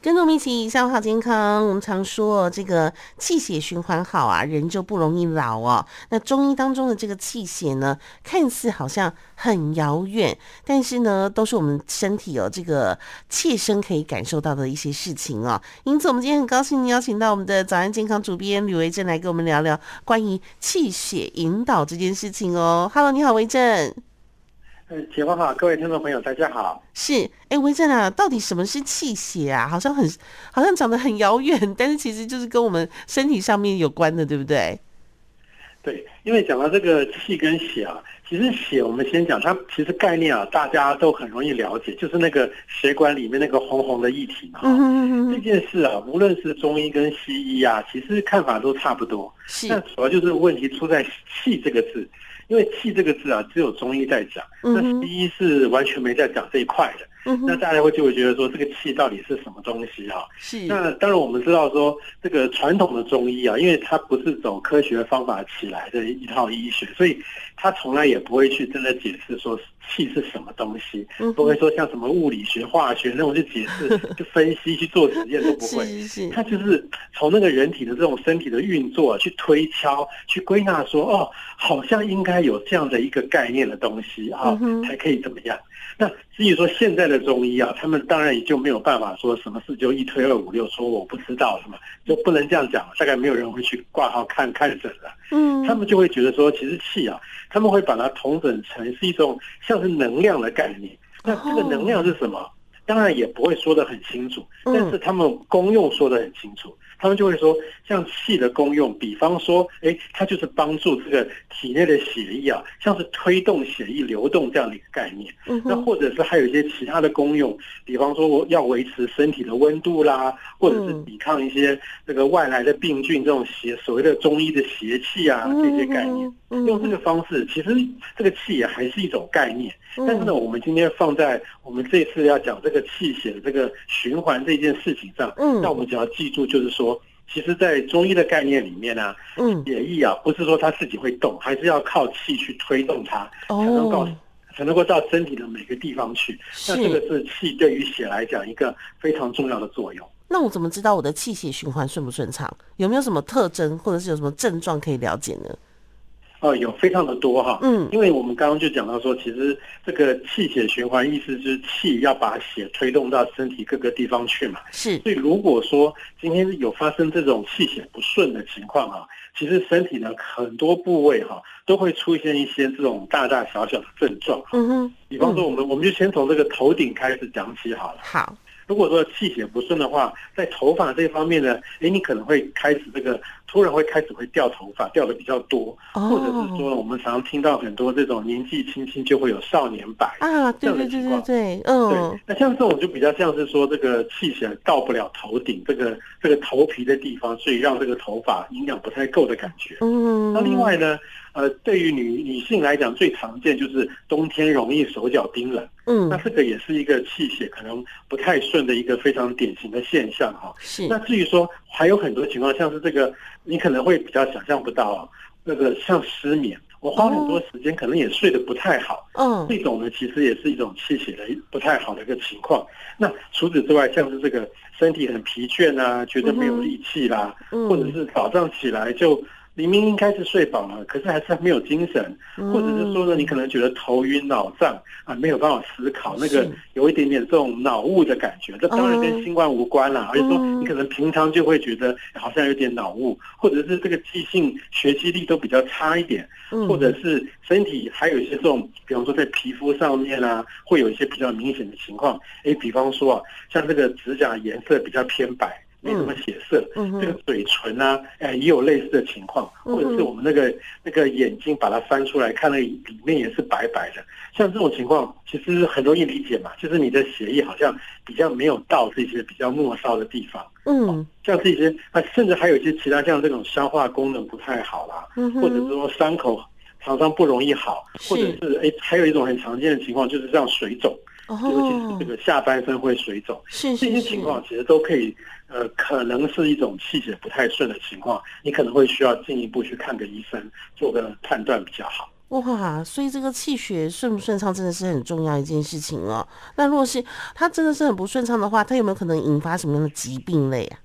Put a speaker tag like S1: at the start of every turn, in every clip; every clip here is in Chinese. S1: 跟着我们一起下午好健康。我们常说哦这个气血循环好啊，人就不容易老哦。那中医当中的这个气血呢，看似好像很遥远，但是呢，都是我们身体哦这个切身可以感受到的一些事情哦。因此，我们今天很高兴邀请到我们的早安健康主编吕维正来跟我们聊聊关于气血引导这件事情哦。Hello，你好，维正。
S2: 嗯，节目好，各位听众朋友，大家好。
S1: 是，哎，维正啊，到底什么是气血啊？好像很，好像讲得很遥远，但是其实就是跟我们身体上面有关的，对不对？
S2: 对，因为讲到这个气跟血啊，其实血我们先讲，它其实概念啊，大家都很容易了解，就是那个血管里面那个红红的液体嘛。
S1: 嗯嗯嗯
S2: 这
S1: 嗯，
S2: 件事啊，无论是中医跟西医啊，其实看法都差不多。那
S1: 是，
S2: 主要就是问题出在“气”这个字，因为“气”这个字啊，只有中医在讲，那
S1: 嗯哼
S2: 西医是完全没在讲这一块的。
S1: 嗯
S2: 那
S1: 哼，
S2: 大家会就会觉得说，这个气到底是什么东西啊？
S1: 是，
S2: 那当然，我们知道说这个传统的中医啊，因为它不是走科学方法起来的一套医学，所以它从来也不会去真的解释说气是什么东西，
S1: 嗯
S2: 不
S1: 哼，
S2: 会说像什么物理学、化学那种去解释、去分析、去做实验都不会。
S1: 是是嗯是，
S2: 它就是从那个人体的这种身体的运作啊去推敲、去归纳说，哦，好像应该有这样的一个概念的东西啊
S1: 嗯，哼
S2: 才可以怎么样。那至于说现在的中医啊，他们当然也就没有办法说什么事就一推二五六，说我不知道什么，就不能这样讲，大概没有人会去挂号看看诊了。
S1: 嗯，
S2: 他们就会觉得说，其实气啊，他们会把它统整成是一种像是能量的概念。
S1: 哦
S2: 那这个能量是什么？当然也不会说得很清楚，
S1: 嗯
S2: 但是他们功用说得很清楚。他们就会说，像气的功用，比方说，哎，它就是帮助这个体内的血液啊，像是推动血液流动这样的一个概念。
S1: 嗯
S2: 那
S1: 哼，
S2: 或者是还有一些其他的功用，比方说我要维持身体的温度啦，或者是
S1: 嗯
S2: 抵抗一些这个外来的病菌，这种邪所谓的中医的邪气啊这些概念。
S1: 嗯
S2: 用这个方式，其实这个气也还是一种概念，但是呢，
S1: 嗯
S2: 我们今天放在我们这次要讲这个气血的这个循环这件事情上，
S1: 嗯
S2: 那我们只要记住，就是说，其实，在中医的概念里面呢、
S1: 嗯，
S2: 血液啊，不是说它自己会动，还是要靠气去推动它，才能够
S1: 哦，
S2: 才能够到身体的每个地方去。那这个
S1: 是，
S2: 是气对于血来讲一个非常重要的作用。
S1: 那我怎么知道我的气血循环顺不顺畅？有没有什么特征，或者是有什么症状可以了解呢？
S2: 哦，有非常的多哈。
S1: 嗯
S2: 因为我们刚刚就讲到说，其实这个气血循环意思就是气要把血推动到身体各个地方去嘛。
S1: 是，
S2: 所以如果说今天有发生这种气血不顺的情况啊，其实身体呢很多部位哈、都会出现一些这种大大小小的症状。
S1: 嗯哼，
S2: 比方说，我们我们就先从这个头顶开始讲起好了。
S1: 好，
S2: 如果说气血不顺的话，在头发这方面呢，诶，你可能会开始这个突然会开始会掉头发，掉的比较多，或者是
S1: 哦，
S2: 说我们常常听到很多这种年纪轻轻就会有少年白。
S1: 啊，对
S2: 这样的
S1: 对对
S2: 情
S1: 对
S2: 况
S1: 对，
S2: 对
S1: 嗯，，
S2: 那像这种就比较像是说这个气血到不了头顶这个这个头皮的地方，所以让这个头发营养不太够的感觉。
S1: 嗯，
S2: 那另外呢，呃，对于女女性来讲，最常见就是冬天容易手脚冰冷。那
S1: 嗯，
S2: 这个也是一个气血可能不太顺的一个非常典型的现象哈、
S1: 是，
S2: 那至于说还有很多情况，像是这个你可能会比较想象不到、啊，那个像失眠，我花很多时间可能也睡得不太好，
S1: 嗯，
S2: 这种呢其实也是一种气血的不太好的一个情况。那除此之外，像是这个身体很疲倦啊，觉得没有力气啦、
S1: 嗯
S2: 或者是早上起来就明明应该是睡饱了，可是还是没有精神，
S1: 嗯
S2: 或者是说呢，你可能觉得头晕脑胀啊，没有办法思考，那个
S1: 是哦
S2: 有一点点这种脑雾的感觉。这当然跟新冠无关啦，而是说
S1: 嗯
S2: 你可能平常就会觉得好像有点脑雾，或者是这个记性、学习力都比较差一点，
S1: 嗯
S2: 或者是身体还有一些这种，比方说在皮肤上面啊，会有一些比较明显的情况。诶，比方说啊，像这个指甲颜色比较偏白，没什么血色。
S1: 嗯
S2: 这个
S1: 哼，
S2: 嘴唇啊，呃，也有类似的情况，
S1: 嗯
S2: 或者是我们那个那个眼睛把它翻出来看，那里面也是白白的。像这种情况，其实很容易理解嘛，就是你的血液好像比较没有到这些比较末梢的地方，
S1: 嗯
S2: 像这些，那甚至还有一些其他像这种消化功能不太好啦，
S1: 嗯哼，
S2: 或者是说伤口常常不容易好，
S1: 是
S2: 或者是哎，还有一种很常见的情况就是像水肿，尤其是
S1: 哦
S2: 这，个下半身会水肿。
S1: 是
S2: 这
S1: 是
S2: 些
S1: 是
S2: 情况其实都可以，呃，可能是一种气血不太顺的情况，你可能会需要进一步去看个医生，做个判断比较好。
S1: 哇，所以这个气血顺不顺畅真的是很重要一件事情哦。那如果是它真的是很不顺畅的话，它有没有可能引发什么样的疾病类啊？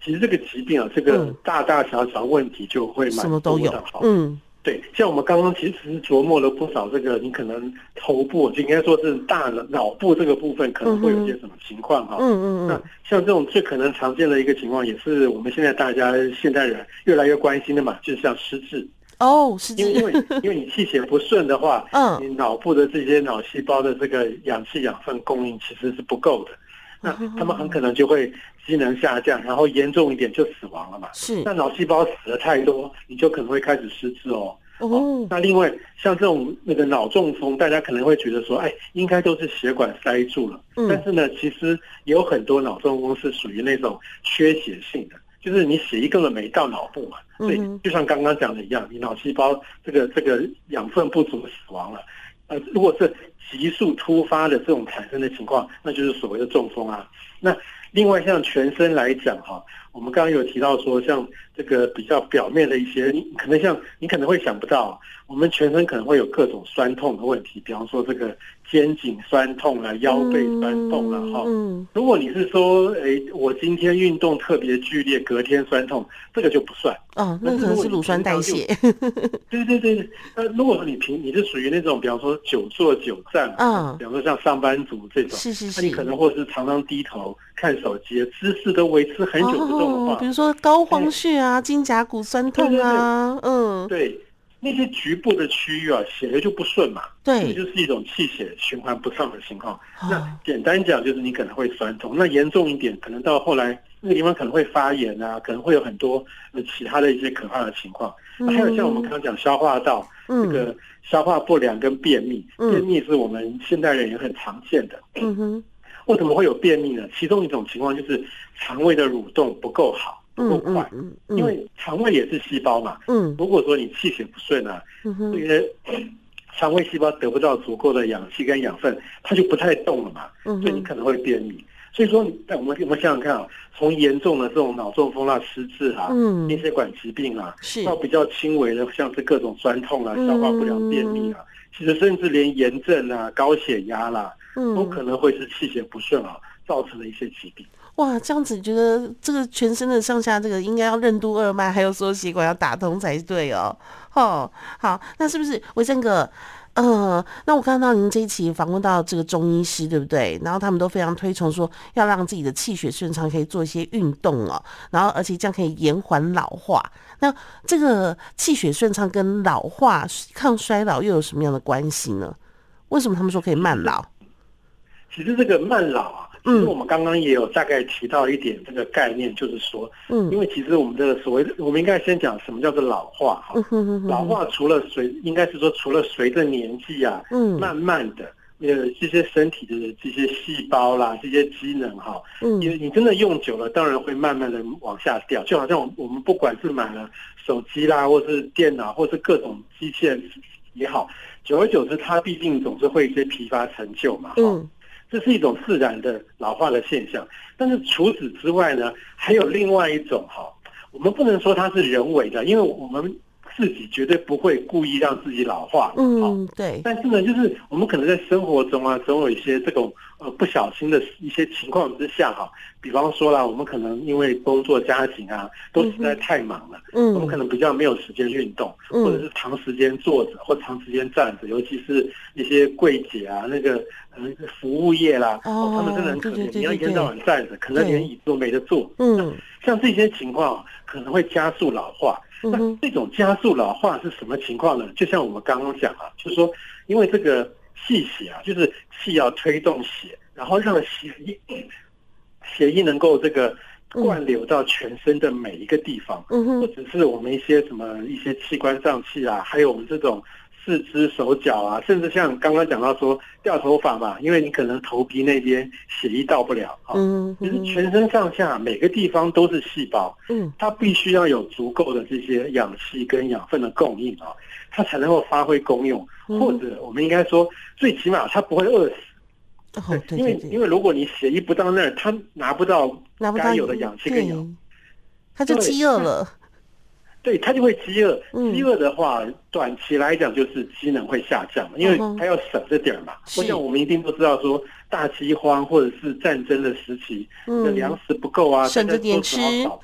S2: 其实这个疾病啊，这个
S1: 嗯
S2: 大大小小问题就会蛮
S1: 什么都
S2: 多
S1: 有
S2: 的哈。，
S1: 嗯，
S2: 对，像我们刚刚其实琢磨了不少这个，你可能头部，就应该说是大脑脑部这个部分可能会有些什么情况哈、
S1: 嗯嗯
S2: 那
S1: 嗯，
S2: 像这种最可能常见的一个情况，也是我们现在大家现代人越来越关心的嘛，就是像失智，
S1: 哦，是
S2: 因
S1: 这
S2: 为因为因为你气血不顺的话，
S1: 嗯
S2: 你脑部的这些脑细胞的这个氧气养分供应其实是不够的，那
S1: 哦
S2: 他们很可能就会机能下降，然后严重一点就死亡了嘛。
S1: 是
S2: 那脑细胞死的太多，你就可能会开始失智哦。
S1: 哦，
S2: 那另外像这种那个脑中风，大家可能会觉得说，哎，应该都是血管塞住了。
S1: 嗯
S2: 但是呢，其实也有很多脑中风是属于那种缺血性的，就是你血液根本没到脑部嘛。所以
S1: 嗯哼
S2: 就像刚刚讲的一样，你脑细胞这个这个养分不足死亡了。呃，如果是急速突发的这种产生的情况，那就是所谓的中风啊。那另外像全身来讲哈、我们刚刚有提到说，像这个比较表面的一些，你可能像你可能会想不到，啊我们全身可能会有各种酸痛的问题，比方说这个肩颈酸痛啦、腰背酸痛啦，哈、
S1: 嗯，
S2: 如果你是说，诶，我今天运动特别剧烈，隔天酸痛，这个就不算。
S1: 嗯哦，那可能是乳酸代谢，
S2: 对对对，对那如果你平你是属于那种，比方说久坐久站，
S1: 嗯
S2: 比方说像上班族这种，
S1: 是是
S2: 那
S1: 是
S2: 你，可能或是常常低头看手机，姿势都维持很久不动的
S1: 哦，
S2: 话，哎
S1: 比如说高肓穴啊、肩胛骨酸痛啊，嗯，
S2: 对那些局部的区域啊，血流就不顺嘛，这
S1: 对，
S2: 就是一种气血循环不畅的情况。
S1: 哦
S2: 那简单讲就是你可能会酸痛，那严重一点可能到后来那个地方可能会发炎啊，可能会有很多呃其他的一些可怕的情况。那还有像我们刚刚讲消化道、这
S1: 哦嗯
S2: 个消化不良跟便秘，
S1: 嗯
S2: 便秘是我们现代人也很常见的。
S1: 嗯哼，
S2: 为什么会有便秘呢？其中一种情况就是肠胃的蠕动不够好，不够
S1: 嗯
S2: 快，
S1: 嗯
S2: 因
S1: 嗯
S2: 为肠胃也是细胞嘛。
S1: 嗯
S2: 如果说你气血不顺啊，
S1: 嗯
S2: 这
S1: 哼，
S2: 些肠胃细胞得不到足够的氧气跟养分，它就不太动了嘛，
S1: 嗯
S2: 所以你
S1: 哼，
S2: 可能会便秘。所以说你，但我们我们想想看啊，从严重的这种脑中风啊、失智啊、
S1: 嗯
S2: 心血管疾病啊，
S1: 是
S2: 到比较轻微的，像是各种酸痛啊、
S1: 嗯
S2: 消化不良、便秘啊，其实甚至连炎症啊、高血压啦、都
S1: 嗯。
S2: 可能会是气血不顺啊造成的一些疾病。
S1: 哇，这样子觉得这个全身的上下这个应该要任督二脉，还有所有血管要打通才对哦。哦，好，那是不是维正哥？呃，那我看到您这一期访问到这个中医师，对不对？然后他们都非常推崇说要让自己的气血顺畅，可以做一些运动哦，然后而且这样可以延缓老化。那这个气血顺畅跟老化、抗衰老又有什么样的关系呢？为什么他们说可以慢老？
S2: 其实这个慢老啊，其
S1: 嗯
S2: 实我们刚刚也有大概提到一点这个概念，就是说，
S1: 嗯
S2: 因为其实我们的所谓的，我们应该先讲什么叫做老化哈。
S1: 嗯哼哼哼
S2: 老化除了随，应该是说除了随着年纪啊，
S1: 嗯
S2: 慢慢的，呃，这些身体的这些细胞啦，这些机能哈，
S1: 嗯
S2: 你你真的用久了，当然会慢慢的往下掉。就好像我我们不管是买了手机啦，或是电脑，或是各种机械也好，久而久之，它毕竟总是会有一些疲乏陈旧嘛，哈。
S1: 嗯
S2: 这是一种自然的老化的现象。但是除此之外呢，还有另外一种哈，我们不能说它是人为的，因为我们自己绝对不会故意让自己老化。好。
S1: 嗯，对，
S2: 但是呢，就是我们可能在生活中啊，总有一些这种呃不小心的一些情况之下哈、比方说啦，我们可能因为工作、家庭啊，都实在太忙了，
S1: 嗯，
S2: 我们可能比较没有时间运动，
S1: 嗯
S2: 或者是长时间坐着或长时间站着，尤其是一些柜姐啊，那个呃服务业啦，
S1: 哦
S2: 他们真的很可
S1: 对对
S2: 怜，
S1: 对
S2: 你要一
S1: 对
S2: 天到晚站着，可能
S1: 对
S2: 连椅子都没得坐。
S1: 嗯
S2: 像这些情况啊可能会加速老化。
S1: 嗯
S2: 那
S1: 哼
S2: 这种加速老化是什么情况呢？就像我们刚刚讲啊，就是说，因为这个气血啊，就是气要推动血，然后让血液血液能够这个灌流到全身的每一个地方。
S1: 嗯
S2: 不
S1: 哼
S2: 只是我们一些什么一些器官脏器啊，还有我们这种四肢手脚啊，甚至像刚刚讲到说掉头发嘛，因为你可能头皮那边血液到不了啊，
S1: 嗯
S2: 其实
S1: 嗯
S2: 全身上下每个地方都是细胞，
S1: 嗯
S2: 它必须要有足够的这些氧气跟养分的供应啊，它才能够发挥功用，
S1: 嗯
S2: 或者我们应该说，最起码它不会饿死。
S1: 哦对对
S2: 因为
S1: 对，
S2: 因为如果你血液不到那儿，它拿不到
S1: 拿不到
S2: 该有的氧气跟
S1: 对
S2: 氧
S1: 他就
S2: 对
S1: 饥饿了，
S2: 对，它就会饥饿。
S1: 嗯
S2: 饥饿的话，短期来讲就是机能会下降，因为
S1: 嗯哼
S2: 它要省着点儿嘛。
S1: 是
S2: 我想我们一定都知道说，大饥荒或者是战争的时期，那粮
S1: 嗯，
S2: 食不够啊，
S1: 省
S2: 大家
S1: 着点
S2: 都只好
S1: 吃
S2: 找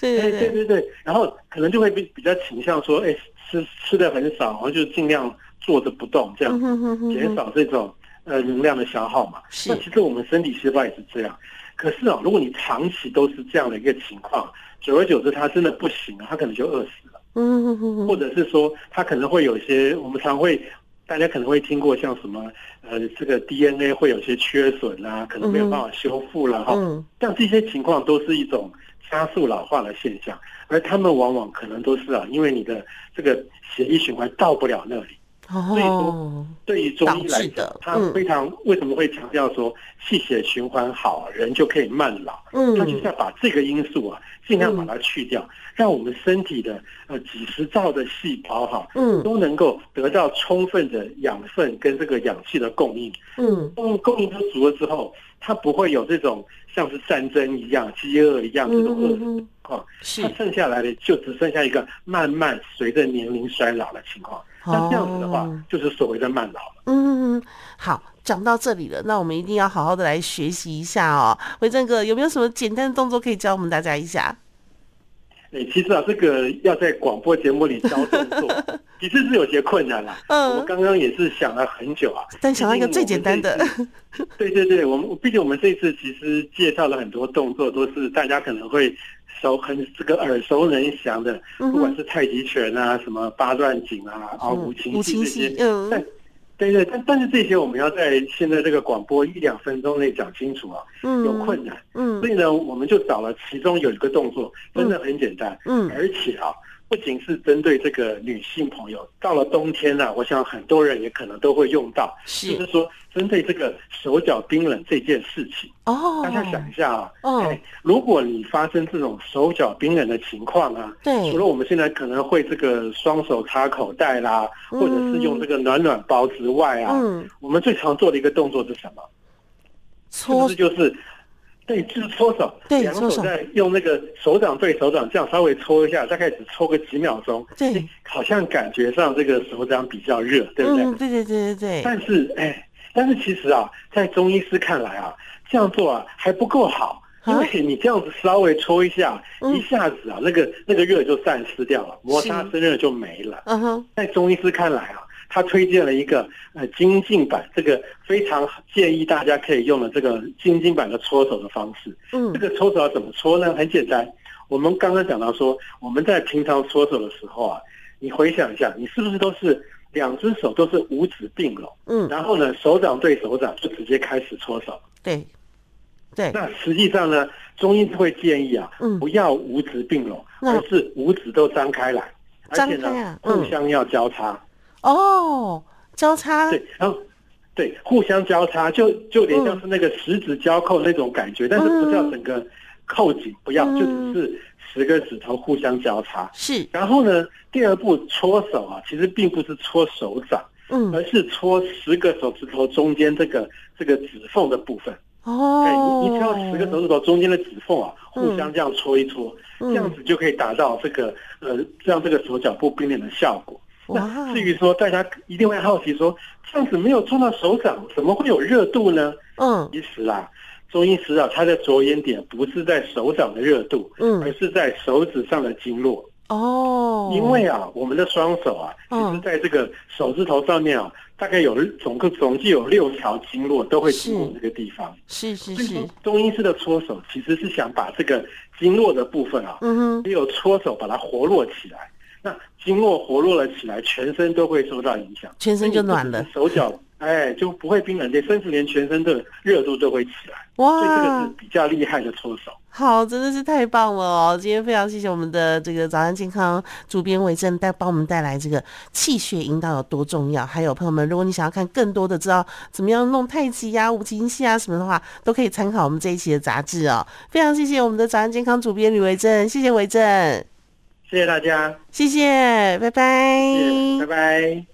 S1: 对对
S2: 哎对
S1: 对，
S2: 对对，然后可能就会比比较倾向说，哎，吃吃的很少，然后就尽量坐着不动，这样
S1: 嗯哼哼哼
S2: 减
S1: 哼，
S2: 少这种呃能量的消耗嘛。
S1: 是
S2: 那其实我们身体细胞也是这样。可是啊，如果你长期都是这样的一个情况，久而久之，它真的不行啊了，它可能就饿死了，
S1: 嗯哼哼哼，
S2: 或者是说，它可能会有一些我们常会。大家可能会听过像什么，呃，这个 DNA 会有些缺损啦、可能没有办法修复啦，哈、
S1: 嗯
S2: 像这些情况都是一种加速老化的现象，而他们往往可能都是啊，因为你的这个血液循环到不了那里。以
S1: 哦
S2: 说，对于中医
S1: 导
S2: 来
S1: 致
S2: 讲
S1: 的，
S2: 他
S1: 嗯
S2: 非常为什么会强调说气血循环好，人就可以慢老？他就是
S1: 嗯
S2: 要把这个因素啊，尽量把它去掉，让我们身体的呃几十兆的细胞哈、
S1: 嗯
S2: 都能够得到充分的养分跟这个氧气的供应，
S1: 嗯
S2: 供供应都足了之后，它不会有这种像是战争一样、饥饿一样这种饿
S1: 嗯
S2: 死啊
S1: 嗯，
S2: 况，
S1: 是
S2: 它，剩下来的就只剩下一个慢慢随着年龄衰老的情况。那这样子的话
S1: 哦，
S2: 就是所谓的慢老了。
S1: 嗯，好，讲到这里了，那我们一定要好好的来学习一下哦。维正哥，有没有什么简单的动作可以教我们大家一下？
S2: 哎，其实啊，这个要在广播节目里教动作， 的确是有些困难啦。我
S1: 嗯，
S2: 刚刚也是想了很久啊，
S1: 但想到一个最简单的，
S2: 对对对，我们毕竟我们这次其实介绍了很多动作，都是大家可能会熟很这个耳熟能详的，
S1: 嗯
S2: 不管
S1: 哼
S2: 是太极拳啊、什么八段锦啊、啊
S1: 嗯
S2: 五禽
S1: 禽
S2: 戏这些
S1: 戏，，嗯
S2: 但对对，但但是这些我们要在现在这个广播一两分钟内讲清楚啊，
S1: 嗯，
S2: 有困难，所
S1: 嗯
S2: 以呢，我们就找了其中有一个动作，真的很简单，
S1: 嗯
S2: 而且啊，不仅是针对这个女性朋友，到了冬天啊呢、我想很多人也可能都会用到，就是是说针对这个手脚冰冷这件事情，
S1: 哦，
S2: 大家想一下啊，
S1: 哦
S2: 哎，如果你发生这种手脚冰冷的情况啊，
S1: 对
S2: 除，了我们现在可能会这个双手插口袋啦，
S1: 嗯
S2: 或者是用这个暖暖包之外啊，
S1: 嗯，
S2: 我们最常做的一个动作是什么？是不
S1: 搓
S2: 是就是对，就是搓手，
S1: 对
S2: 两
S1: 搓手
S2: 手在用那个手掌对手掌这样稍微搓一下，大概只搓个几秒钟，
S1: 对，
S2: 好像感觉上这个手掌比较热，对不对？
S1: 嗯，对对对对对，
S2: 但是哎，但是其实啊，在中医师看来啊，这样做啊还不够好。
S1: 啊
S2: 因为你这样子稍微搓一下，
S1: 嗯
S2: 一下子啊，那个那个热就散失掉了，摩擦生热就没了。
S1: 嗯哼，
S2: 在中医师看来啊，他推荐了一个呃精进版，这个非常建议大家可以用的这个精进版的搓手的方式。这
S1: 嗯
S2: 个搓手要怎么搓呢？很简单，我们刚刚讲到说，我们在平常搓手的时候啊，你回想一下，你是不是都是两只手都是五指并拢，
S1: 嗯，
S2: 然后呢手掌对手掌就直接开始搓手？
S1: 对，对，
S2: 那实际上呢，中医会建议啊，
S1: 嗯
S2: 不要五指并拢，
S1: 那
S2: 而是五指都张开来，而且
S1: 张开啊
S2: 呢
S1: 嗯
S2: 互相要交叉。
S1: 哦，交叉，
S2: 对，然后对互相交叉，就就有点像是那个十指交扣那种感觉，但是不是要整个扣紧，不要，
S1: 嗯
S2: 就只是十个指头互相交叉。
S1: 是，
S2: 然后呢，第二步搓手啊，其实并不是搓手掌，
S1: 嗯，
S2: 而是搓十个手指头中间这个这个指缝的部分。哎，
S1: 哦，
S2: 你你挑十个手指头中间的指缝啊，
S1: 嗯
S2: 互相这样搓一搓，
S1: 嗯
S2: 这样子就可以达到这个呃让这个手脚不冰冷的效果。
S1: 哇哦
S2: 那至于说大家一定会好奇说，这样子没有搓到手掌，怎么会有热度呢？
S1: 嗯
S2: 其实啊，中医师啊，他的着眼点不是在手掌的热度，而
S1: 嗯，
S2: 是在手指上的经络。
S1: 哦，
S2: 因为啊，我们的双手啊，其
S1: 嗯
S2: 实在这个手指头上面啊，大概有总共总计有六条经络都会经过
S1: 是
S2: 这个地方。
S1: 是是
S2: 所以
S1: 是
S2: 说，，中医式的搓手其实是想把这个经络的部分啊，
S1: 嗯哼，
S2: 只有搓手把它活络起来。那经络活络了起来，全身都会受到影响，
S1: 全身就暖了，
S2: 手脚哎就不会冰冷，连甚至连全身的热度都会起来。所以这个
S1: 哇
S2: 是，比较厉害的搓手。
S1: 好，真的是太棒了哦！今天非常谢谢我们的这个早安健康主编韦正带帮我们带来这个气血引导有多重要，还有朋友们，如果你想要看更多的知道怎么样弄太极呀、五禽戏啊什么的话，都可以参考我们这一期的杂志哦。非常谢谢我们的早安健康主编吕维正，谢谢维正，
S2: 谢谢大家，
S1: 谢谢，拜拜，嗯
S2: 谢谢，拜拜。